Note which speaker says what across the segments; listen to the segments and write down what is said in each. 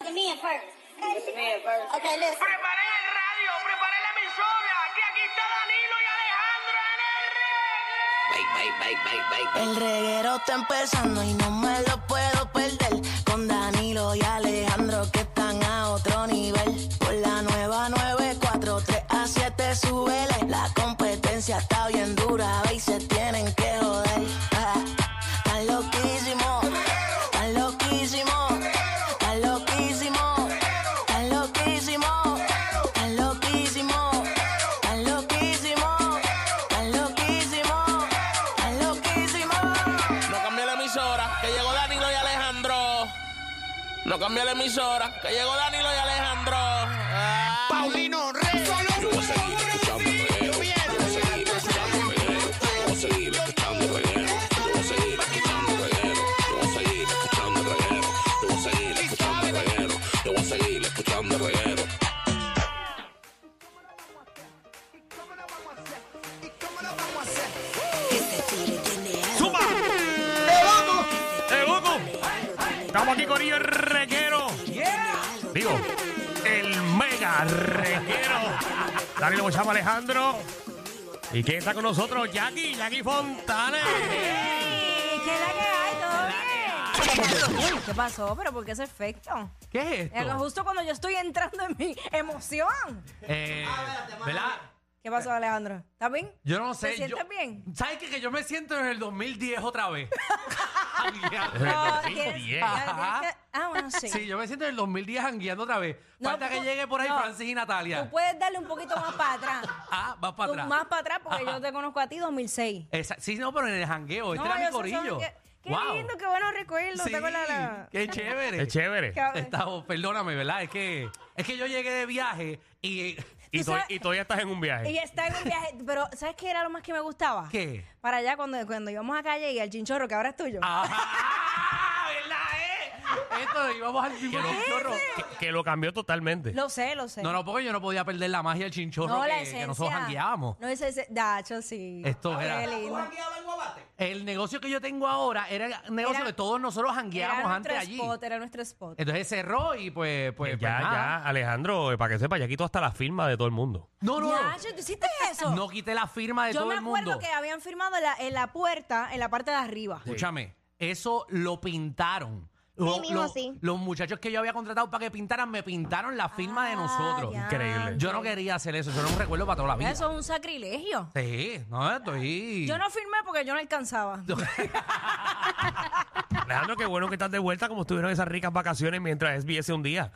Speaker 1: The men first. The men first. Okay, listen.
Speaker 2: Preparé el radio, preparé la emisora. Que aquí está Danilo y Alejandro en el reggae.
Speaker 3: El reguero está empezando y no me lo puedo perder. Con Danilo y Alejandro que están a otro nivel. Por la nueva 943 a 7 súbele. La competencia está bien dura ve, y se tienen que joder. Ah, Están loquísimos, están loquísimos, están loquísimos, están loquísimos, están loquísimos, están loquísimos, están loquísimos, están loquísimos.
Speaker 4: No cambie la emisora, que llegó Danilo y Alejandro. No cambie la emisora, que llegó Danilo y Alejandro. Paulino Rey. Yo voy a seguir escuchando reguero. Yo voy a seguir escuchando reguero. Yo voy a seguir escuchando reguero. Yo voy a seguir escuchando reguero. Yo voy a seguir escuchando reguero. Yo voy a seguir escuchando reguero. Yo voy a seguir escuchando reguero.
Speaker 5: Eh,
Speaker 6: Estamos aquí con el reguero. Digo, el mega reguero. Danilo Bochamo Alejandro. ¿Y quién está con nosotros? Jackie, Jackie Fontanes.
Speaker 7: ¿Qué es la que hay, todo bien? Uy, ¿Qué pasó? ¿Pero por qué ese efecto?
Speaker 6: ¿Qué es
Speaker 7: Es que Justo cuando yo estoy entrando en mi emoción.
Speaker 5: Eh, ¿Verdad?
Speaker 7: ¿Qué pasó, Alejandro? ¿Estás bien?
Speaker 5: Yo no sé.
Speaker 7: ¿Te sientes
Speaker 5: yo-
Speaker 7: bien?
Speaker 5: ¿Sabes qué? Que yo me siento en el 2010 otra vez.
Speaker 7: No,
Speaker 6: sí,
Speaker 7: Oh, ¿quieres-
Speaker 6: bien.
Speaker 7: ya, tienes que- Ah, bueno, sí.
Speaker 5: sí, yo me siento en el 2010 jangueando otra vez.
Speaker 7: No,
Speaker 5: Falta que
Speaker 7: tú-
Speaker 5: llegue por ahí
Speaker 7: no.
Speaker 5: Francis y Natalia.
Speaker 7: Tú puedes darle un poquito más para atrás.
Speaker 5: Ah, vas para
Speaker 7: Tú
Speaker 5: atrás. Eh,
Speaker 7: Más para atrás, porque yo te conozco a ti 2006.
Speaker 5: Esa- sí, no, pero en el jangueo. Este
Speaker 7: No,
Speaker 5: era mi
Speaker 7: ellos son-
Speaker 5: corillo.
Speaker 7: son- Qué, qué
Speaker 5: Wow.
Speaker 7: lindo, qué bueno recuerdo.
Speaker 5: Sí,
Speaker 7: ¿Te acuerdas la-
Speaker 5: qué chévere.
Speaker 6: Es chévere.
Speaker 7: que-
Speaker 5: Estamos- perdóname, ¿verdad? Es que, es que yo llegué de viaje y...
Speaker 6: Y,
Speaker 7: tú
Speaker 6: to-
Speaker 7: sabes-
Speaker 6: y todavía estás en un
Speaker 7: Y
Speaker 6: viaje.
Speaker 7: está en un viaje. Pero, ¿sabes qué era lo más que me gustaba?
Speaker 5: ¿Qué?
Speaker 7: Para allá, cuando, cuando íbamos a calle y al chinchorro, que ahora es tuyo.
Speaker 5: ¡Ah! ¿Verdad, eh? Esto, íbamos al mismo chinchorro.
Speaker 6: Que, que lo cambió totalmente.
Speaker 7: Lo sé, lo sé.
Speaker 5: No, no, porque yo no podía perder la magia del chinchorro
Speaker 7: No,
Speaker 5: que,
Speaker 7: la
Speaker 5: que
Speaker 7: esencia.
Speaker 5: nosotros jangueábamos.
Speaker 7: No, esa esencia. Dacho, sí.
Speaker 5: Esto era-
Speaker 7: Qué lindo.
Speaker 5: El negocio que yo tengo ahora era el negocio
Speaker 7: Era-
Speaker 5: que todos nosotros
Speaker 7: Era
Speaker 5: jangueábamos
Speaker 7: nuestro
Speaker 5: antes allí.
Speaker 7: spot, era nuestro spot.
Speaker 5: Entonces cerró y pues, pues,
Speaker 6: Eh,
Speaker 5: pues
Speaker 6: ya,
Speaker 5: nada.
Speaker 6: ya, Alejandro, eh, para que sepa, ya quitó hasta la firma de todo el mundo.
Speaker 5: No, no.
Speaker 7: Dacho, ¿tú hiciste eso?
Speaker 5: No quité la firma de
Speaker 7: Yo
Speaker 5: todo
Speaker 7: me
Speaker 5: el
Speaker 7: acuerdo
Speaker 5: mundo.
Speaker 7: que habían firmado en la, en la puerta, en la parte de arriba.
Speaker 5: Escúchame, eso lo pintaron. Lo-
Speaker 1: mismo,
Speaker 5: lo-
Speaker 1: sí.
Speaker 5: Los muchachos que yo había contratado para que pintaran me pintaron la firma de
Speaker 7: Ah,
Speaker 5: nosotros.
Speaker 7: ya.
Speaker 6: Increíble.
Speaker 5: Yo no quería hacer eso, yo no un recuerdo para toda la vida.
Speaker 7: Eso es un sacrilegio.
Speaker 5: Sí, no, estoy.
Speaker 7: Yo no firmé porque yo no alcanzaba.
Speaker 6: Alejandro, qué bueno que estás de vuelta, como estuvieron esas ricas vacaciones mientras viese un día.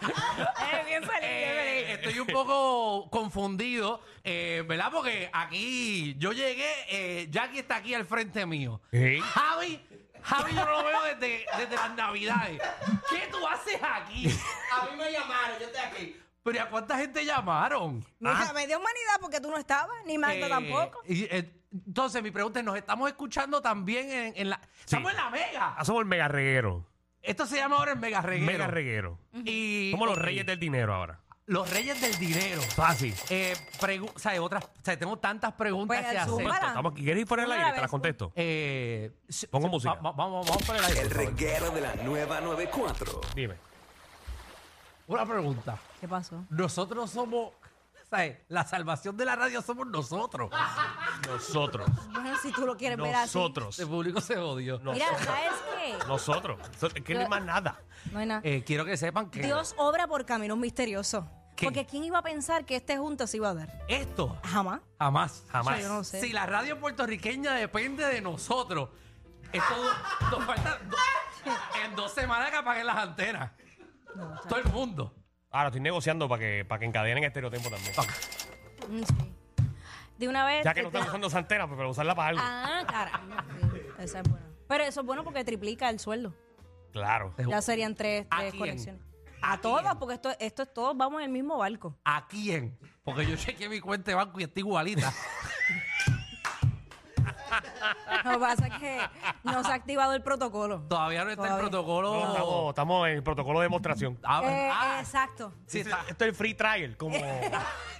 Speaker 7: Eh, bien feliz, bien feliz.
Speaker 5: Eh, estoy un poco confundido, eh, ¿verdad? Porque aquí yo llegué, eh, Jackie está aquí al frente mío.
Speaker 6: Sí.
Speaker 5: Javi, Javi yo no lo veo desde, desde las navidades. ¿Qué tú haces aquí? A mí me llamaron, yo estoy aquí. Pero ¿y ¿a cuánta gente llamaron?
Speaker 7: Mija, me dio humanidad porque tú no estabas, ni Magda
Speaker 5: Ah. Eh,
Speaker 7: tampoco.
Speaker 5: y, eh, entonces, mi pregunta es, ¿nos estamos escuchando también en, en la... Estamos en la mega.
Speaker 6: Ah, somos el mega reguero.
Speaker 5: Esto se llama ahora el mega reguero.
Speaker 6: Mega reguero.
Speaker 5: Y,
Speaker 6: Somos los
Speaker 5: ok,
Speaker 6: reyes del dinero ahora.
Speaker 5: Los reyes del dinero.
Speaker 6: Fácil.
Speaker 5: Eh, pregu- o sea, otras, o sea, tengo tantas preguntas
Speaker 7: Pues,
Speaker 5: que hacer.
Speaker 7: súmala.
Speaker 6: Estamos aquí. ¿Quieres ir por el
Speaker 7: Una
Speaker 6: aire?
Speaker 7: vez.
Speaker 6: Te las contesto.
Speaker 5: Eh, s-
Speaker 6: Pongo
Speaker 5: s-
Speaker 6: música.
Speaker 5: va- va- vamos, vamos por el aire. por favor.
Speaker 8: Reguero de la nueva 94.
Speaker 6: Dime.
Speaker 5: Una pregunta.
Speaker 7: ¿Qué pasó?
Speaker 5: Nosotros somos, ¿sabes? La salvación de la radio somos nosotros.
Speaker 6: Nosotros.
Speaker 7: Bueno, si tú lo quieres ver así.
Speaker 6: Nosotros.
Speaker 5: El público se odió.
Speaker 7: Mira, ¿sabes qué?
Speaker 6: Nosotros. So- Es que no hay más nada.
Speaker 7: No hay nada.
Speaker 5: Eh, quiero que sepan que
Speaker 7: Dios obra por caminos misteriosos.
Speaker 5: ¿Qué?
Speaker 7: Porque ¿quién iba a pensar que este junto se iba a dar?
Speaker 5: esto
Speaker 7: Jamás.
Speaker 5: jamás, jamás.
Speaker 7: yo no sé.
Speaker 5: Si la radio puertorriqueña depende de nosotros, esto do- nos falta do- en dos semanas que apaguen las antenas. Todo el mundo.
Speaker 6: Ahora estoy negociando para que, para que encadenen estereotipo también.
Speaker 7: Mm, sí. De una vez. este-
Speaker 6: Ya que no
Speaker 7: te-
Speaker 6: están usando santeras, pues, pero usarla para algo.
Speaker 7: Ah, caramba. sí. Esa es buena. Pero eso es bueno porque triplica el sueldo.
Speaker 6: Claro.
Speaker 7: Ya serían tres,
Speaker 5: ¿A
Speaker 7: tres
Speaker 5: quién?
Speaker 7: conexiones.
Speaker 5: ¿A
Speaker 7: A todos,
Speaker 5: quién?
Speaker 7: porque esto, esto es todos vamos en el mismo barco.
Speaker 5: ¿A quién? Porque yo chequeé mi cuenta de banco y está igualita.
Speaker 7: Lo que pasa es que no se ha activado el protocolo.
Speaker 5: Todavía no está el
Speaker 7: Todavía.
Speaker 5: protocolo.
Speaker 6: No, estamos, estamos en el protocolo de demostración.
Speaker 5: Ah,
Speaker 7: Eh,
Speaker 5: ah,
Speaker 7: exacto.
Speaker 5: sí, está
Speaker 6: Esto es el free trial, como...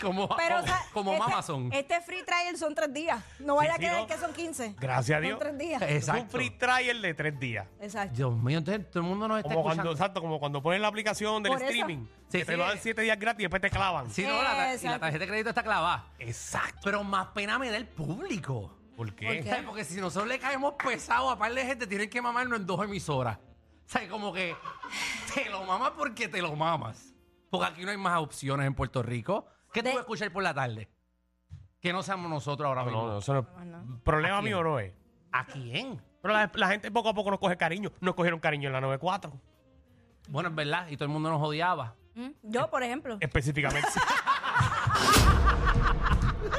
Speaker 5: como,
Speaker 7: Pero, o
Speaker 5: como,
Speaker 7: sea,
Speaker 5: como
Speaker 7: este,
Speaker 5: Amazon.
Speaker 7: Este free trial son tres días. No vaya
Speaker 6: sí,
Speaker 7: a creer
Speaker 6: ¿no?
Speaker 7: que son 15.
Speaker 6: Gracias a Dios.
Speaker 7: Son tres días.
Speaker 6: Es un free trial de tres días.
Speaker 7: Exacto.
Speaker 5: Dios mío, entonces todo el mundo nos está
Speaker 6: Como cuando,
Speaker 5: escuchando.
Speaker 6: exacto, como cuando ponen la aplicación del
Speaker 7: Por eso.
Speaker 6: streaming.
Speaker 5: Sí,
Speaker 6: que te
Speaker 5: sí.
Speaker 6: lo dan siete días gratis y después te clavan.
Speaker 5: Sí, no, la, ta- y la
Speaker 7: Exacto.
Speaker 5: tarjeta de crédito está clavada.
Speaker 6: Exacto.
Speaker 5: Pero más pena me da el público.
Speaker 6: ¿Por qué?
Speaker 7: ¿Por qué?
Speaker 5: ¿Sabes? Porque si nosotros le caemos pesado a par de gente, tienen que mamarnos en dos emisoras. ¿Sabes? Como que te lo mamas porque te lo mamas. Porque aquí no hay más opciones en Puerto Rico. ¿Qué tú
Speaker 7: De-
Speaker 5: vas a escuchar por la tarde? Que no seamos nosotros ahora
Speaker 6: No,
Speaker 5: mismo.
Speaker 6: no, eso no-
Speaker 5: Ah,
Speaker 6: Problema
Speaker 5: ¿A quién?
Speaker 6: mío no es.
Speaker 5: ¿A quién?
Speaker 6: Pero la, la gente poco a poco nos coge cariño. Nos cogieron cariño en la 94,
Speaker 5: Bueno, es verdad, y todo el mundo nos odiaba.
Speaker 7: Mm, Yo, por ejemplo.
Speaker 6: Eh, específicamente.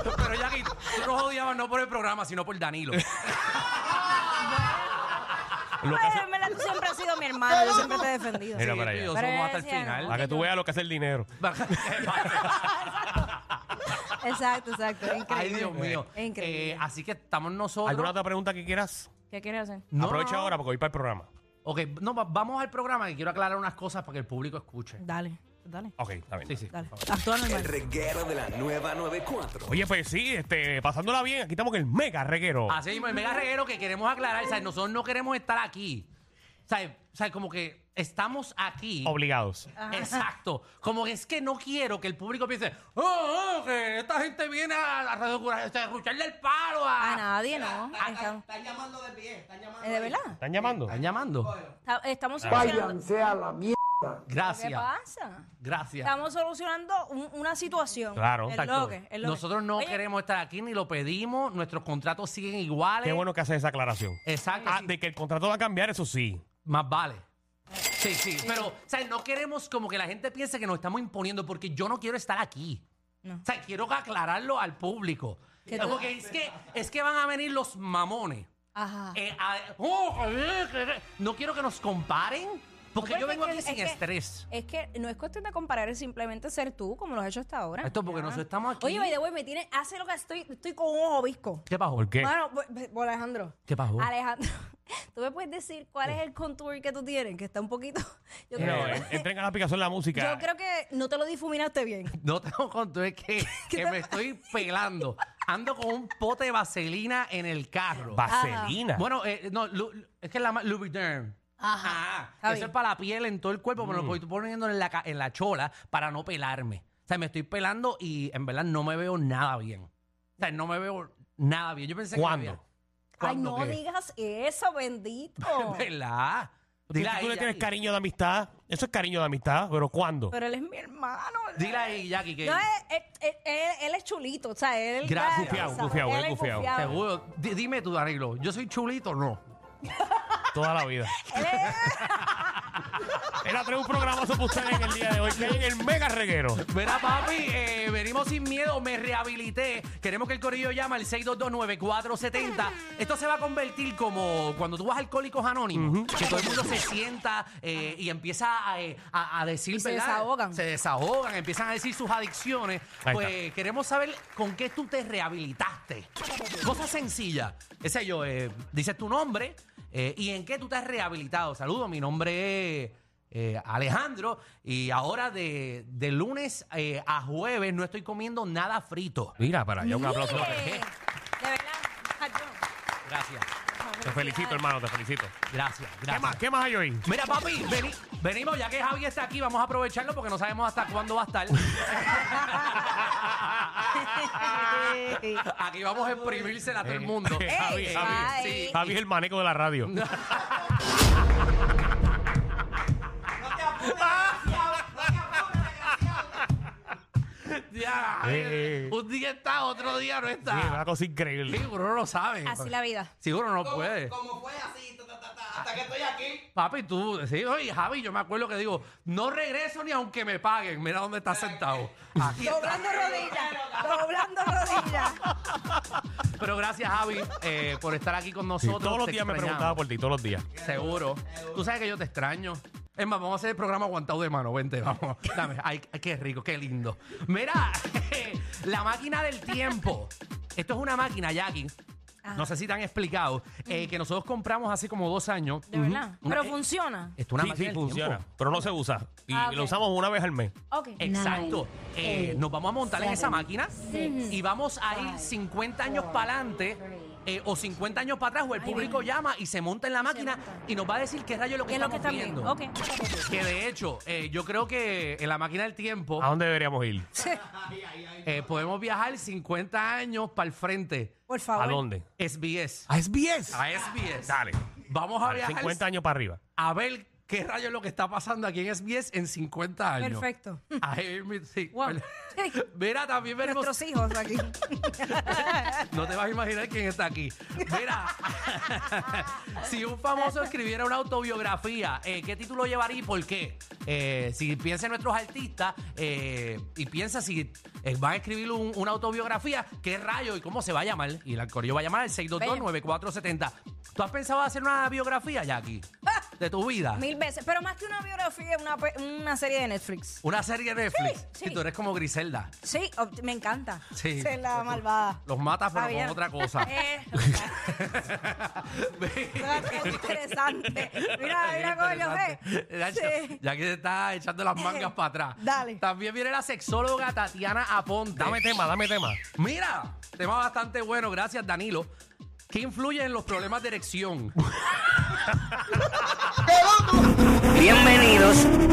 Speaker 5: Pero ya que tú nos odiabas no por el programa, sino por Danilo.
Speaker 6: lo que
Speaker 7: Ay,
Speaker 6: hace,
Speaker 7: Mela, tú siempre has sido mi hermano. Yo siempre te he defendido.
Speaker 6: Mira
Speaker 5: Sí,
Speaker 6: para
Speaker 5: tú y
Speaker 6: allá.
Speaker 5: yo
Speaker 7: Pero
Speaker 5: somos
Speaker 7: yo
Speaker 5: hasta el
Speaker 7: decía,
Speaker 5: final.
Speaker 6: para que tú veas lo que hace el dinero.
Speaker 7: Exacto, exacto. Increíble.
Speaker 5: Ay, Dios mío.
Speaker 7: Es increíble.
Speaker 5: Eh, ah. así que estamos nosotros.
Speaker 6: ¿Alguna otra pregunta que quieras?
Speaker 7: ¿Qué quieres hacer?
Speaker 5: No,
Speaker 6: Aprovecha
Speaker 5: no.
Speaker 6: ahora porque voy para el programa.
Speaker 5: Ok, no, va- vamos al programa que quiero aclarar unas cosas para que el público escuche.
Speaker 7: Dale, dale,
Speaker 6: Ok, está bien.
Speaker 5: Sí, sí.
Speaker 7: dale. Actúa
Speaker 8: El
Speaker 7: normal.
Speaker 8: reguero de la nueva 94.
Speaker 6: Oye, pues sí, este, pasándola bien, aquí estamos en el mega reguero.
Speaker 5: Así mismo, el mega reguero que queremos aclarar, ¿sabes? Nosotros no queremos estar aquí. ¿Sabes? ¿Sabes? Como que estamos aquí.
Speaker 6: Obligados.
Speaker 5: Exacto. Como que es que no quiero que el público piense, oh, oh, que esta gente viene a, a, redu- a escucharle el palo a.
Speaker 7: A nadie, Ah, no. Están, llamando de pie. ¿De verdad?
Speaker 6: ¿Están llamando?
Speaker 5: ¿Están llamando?
Speaker 7: ah. Está- Estamos solucionando. ¿Qué
Speaker 5: Gracias.
Speaker 7: pasa?
Speaker 5: Gracias.
Speaker 7: Estamos solucionando un- una situación.
Speaker 6: Claro,
Speaker 7: Es
Speaker 5: Exacto.
Speaker 7: lo que- es lo que-
Speaker 5: Nosotros no
Speaker 7: Oye,
Speaker 5: queremos estar aquí ni lo pedimos. Nuestros contratos siguen iguales.
Speaker 6: Qué bueno que haces esa aclaración.
Speaker 5: Exacto.
Speaker 6: Ah,
Speaker 5: sí.
Speaker 6: de que el contrato va a cambiar, eso sí.
Speaker 5: Más vale. Sí, sí. Pero, o sea, no queremos como que la gente piense que nos estamos imponiendo porque yo no quiero estar aquí. O sea, quiero aclararlo al público.
Speaker 7: Que tú-
Speaker 5: Porque es que, es que van a venir los mamones.
Speaker 7: Ajá.
Speaker 5: Eh, a- oh, eh, eh, no quiero que nos comparen porque
Speaker 7: No,
Speaker 5: yo
Speaker 7: pero Pues es
Speaker 5: vengo
Speaker 7: que-
Speaker 5: aquí
Speaker 7: es
Speaker 5: sin
Speaker 7: que-
Speaker 5: estrés.
Speaker 7: Es que no es cuestión de comparar, es simplemente ser tú, como lo has hecho hasta ahora.
Speaker 5: Esto porque
Speaker 7: Ya.
Speaker 5: nosotros estamos aquí.
Speaker 7: Oye, by the way, me tiene, hace lo que estoy, estoy con un ojo visco.
Speaker 5: ¿Qué pasó?
Speaker 6: ¿Por qué?
Speaker 7: Bueno, por- por Alejandro.
Speaker 5: ¿Qué pasó?
Speaker 7: Alejandro, ¿tú me puedes decir cuál es el contour que tú tienes? Que está un poquito.
Speaker 5: Eh,
Speaker 7: Yo
Speaker 6: No,
Speaker 7: creo,
Speaker 6: en- entren a la aplicación de la música.
Speaker 7: yo creo que no te lo difuminaste bien.
Speaker 5: No tengo control, es que, que me estoy pelando. Ando con un pote de vaselina en el carro.
Speaker 6: Vaselina.
Speaker 5: Bueno, eh, no, lu- lu- es que la ma- Lubriderm. Ajá.
Speaker 7: Está
Speaker 5: Eso
Speaker 7: bien.
Speaker 5: es para la piel en todo el cuerpo, pero
Speaker 6: Mm.
Speaker 5: lo estoy poniendo en la, ca- en la chola para no pelarme. O sea, me estoy pelando y en verdad no me veo nada bien. O sea, no me veo nada bien. Yo pensé
Speaker 6: ¿Cuándo?
Speaker 5: que. me veía-
Speaker 7: Ay,
Speaker 5: ¿Cuándo
Speaker 7: no
Speaker 5: qué?
Speaker 7: digas eso, bendito.
Speaker 5: ¿Verdad?
Speaker 6: Si
Speaker 5: Dile a
Speaker 6: tú le
Speaker 5: ella,
Speaker 6: tienes
Speaker 5: y-
Speaker 6: cariño de amistad, eso es cariño de amistad, pero ¿cuándo?
Speaker 7: Pero él es mi hermano.
Speaker 5: Dile ahí, Jackie, que.
Speaker 7: No, él, él- él- él- él es chulito, o sea, él...
Speaker 5: Gracias.
Speaker 7: ya,
Speaker 5: Gufiao,
Speaker 7: tú sabes,
Speaker 6: gufiao,
Speaker 7: él
Speaker 6: él
Speaker 7: es
Speaker 6: gufiao.
Speaker 7: gufiao.
Speaker 5: Seguro. Di- Dime tú, Danilo, ¿yo soy chulito o no?
Speaker 6: Toda la vida.
Speaker 7: Él es-
Speaker 6: Era tres un programa para ustedes en el día de hoy, que hay en el mega reguero.
Speaker 5: Verá, papi, eh, venimos sin miedo, me rehabilité. Queremos que el corillo llame al 6229470. Esto se va a convertir como cuando tú vas a Alcohólicos Anónimos, que todo el mundo se sienta eh, y empieza a, eh, a- a decir,
Speaker 7: Y se
Speaker 5: ¿verdad?
Speaker 7: desahogan.
Speaker 5: Se desahogan, empiezan a decir sus adicciones.
Speaker 6: Ahí
Speaker 5: pues
Speaker 6: está.
Speaker 5: queremos saber con qué tú te rehabilitaste. Cosa sencilla. Ese yo, eh, dices tu nombre eh, y en qué tú te has rehabilitado. Saludos, mi nombre es eh, Alejandro y ahora de, de lunes eh, a jueves no estoy comiendo nada frito.
Speaker 6: Mira, para allá un aplauso.
Speaker 7: Mire,
Speaker 6: para ti.
Speaker 7: De verdad. Ay, yo-
Speaker 5: Gracias,
Speaker 6: Te felicito, hermano, te felicito.
Speaker 5: gracias, gracias.
Speaker 6: ¿Qué más? ¿Qué más hay hoy?
Speaker 5: Mira, papi, veni- venimos, ya que Javi está aquí, vamos a aprovecharlo porque no sabemos hasta cuándo va a estar. aquí vamos a exprimírsela a todo el mundo.
Speaker 6: Eh, Javi,
Speaker 5: Eh,
Speaker 6: Javi.
Speaker 5: sí.
Speaker 6: Javi es el maneco de la radio.
Speaker 5: Ya,
Speaker 6: Eh.
Speaker 5: Un día está, otro día no
Speaker 6: Sí,
Speaker 5: está.
Speaker 6: una cosa increíble.
Speaker 5: Seguro no lo sabe.
Speaker 7: Así la vida.
Speaker 5: Seguro no puede. Papi, tú, sí, oye, Javi, yo me acuerdo que digo, no regreso ni aunque me paguen. Mira dónde está sentado. Aquí está.
Speaker 7: Doblando rodillas. Doblando rodillas.
Speaker 5: Pero gracias, Javi, eh, por estar aquí con nosotros.
Speaker 6: todos los
Speaker 5: Te
Speaker 6: días me
Speaker 5: extrañamos.
Speaker 6: preguntaba por ti, todos los días.
Speaker 5: Seguro. Tú sabes que yo te extraño. Es más, vamos a hacer el programa aguantado de mano. Vente, vamos. Dame. Ay, ay, qué rico, qué lindo. Mira, la máquina del tiempo. Esto es una máquina, Jackie. No sé si te han explicado. eh, que nosotros compramos hace como dos años.
Speaker 7: De verdad.
Speaker 5: Ujú.
Speaker 6: e
Speaker 7: Pero
Speaker 5: Eh,
Speaker 7: funciona.
Speaker 5: Esto es una
Speaker 6: sí,
Speaker 5: máquina
Speaker 6: sí,
Speaker 5: del
Speaker 6: funciona,
Speaker 5: tiempo.
Speaker 6: pero no se usa. Y
Speaker 7: Ah,
Speaker 6: lo
Speaker 7: ok.
Speaker 6: usamos una vez al mes.
Speaker 7: Ok.
Speaker 5: Exacto. Eh, nos vamos a montar en esa máquina y vamos a ir 50 años para adelante eh, o 50 años para atrás o el público llama y se monta en la máquina y nos va a decir qué rayo es lo que
Speaker 7: ¿Qué es lo
Speaker 5: estamos
Speaker 7: que están
Speaker 5: viendo.
Speaker 7: viendo? Ok.
Speaker 5: Que de hecho, eh, yo creo que en la máquina del tiempo
Speaker 6: ¿A dónde deberíamos ir?
Speaker 5: eh, podemos viajar 50 años para el frente.
Speaker 7: Por
Speaker 6: ¿A
Speaker 7: favor.
Speaker 6: dónde?
Speaker 5: SBS.
Speaker 6: A SBS.
Speaker 5: A SBS.
Speaker 6: Dale.
Speaker 5: Vamos a
Speaker 6: Dale,
Speaker 5: viajar
Speaker 6: 50 años para arriba.
Speaker 5: a ver qué rayo es lo que está pasando aquí en SBS en 50 años.
Speaker 7: Perfecto.
Speaker 5: Ahí, mi- sí.
Speaker 7: Wow.
Speaker 5: Mira, también veremos.
Speaker 7: Nuestros hijos aquí.
Speaker 5: No te vas a imaginar quién está aquí. Mira, si un famoso escribiera una autobiografía, eh, ¿qué título llevaría y por qué? Eh, si piensa en nuestros artistas eh, y piensa si eh, van a escribir un- una autobiografía, ¿qué rayo y cómo se va a llamar? Y el Corillo va a llamar al 622-9470. ¿Tú has pensado hacer una biografía, Jackie?
Speaker 7: Ah.
Speaker 5: De tu vida.
Speaker 7: Mil veces. Pero más que una biografía, una, pe- una serie de Netflix.
Speaker 5: Una serie de Netflix.
Speaker 7: Sí, sí.
Speaker 5: Y tú eres como Griselda.
Speaker 7: Sí, opt- me encanta.
Speaker 5: Sí.
Speaker 7: Se la malvada.
Speaker 5: Los matas, pero
Speaker 7: Javier.
Speaker 5: con otra cosa.
Speaker 7: Eh,
Speaker 5: Mira,
Speaker 7: qué interesante. Mira, mira cómo yo sé. Sí.
Speaker 5: Ya que se está echando las mangas para atrás.
Speaker 7: Dale.
Speaker 5: También viene la sexóloga Tatiana Aponte.
Speaker 6: Dame tema, dame tema.
Speaker 5: Mira, tema bastante bueno. Gracias, Danilo. ¿Qué influye en los problemas de erección?
Speaker 3: Bienvenidos al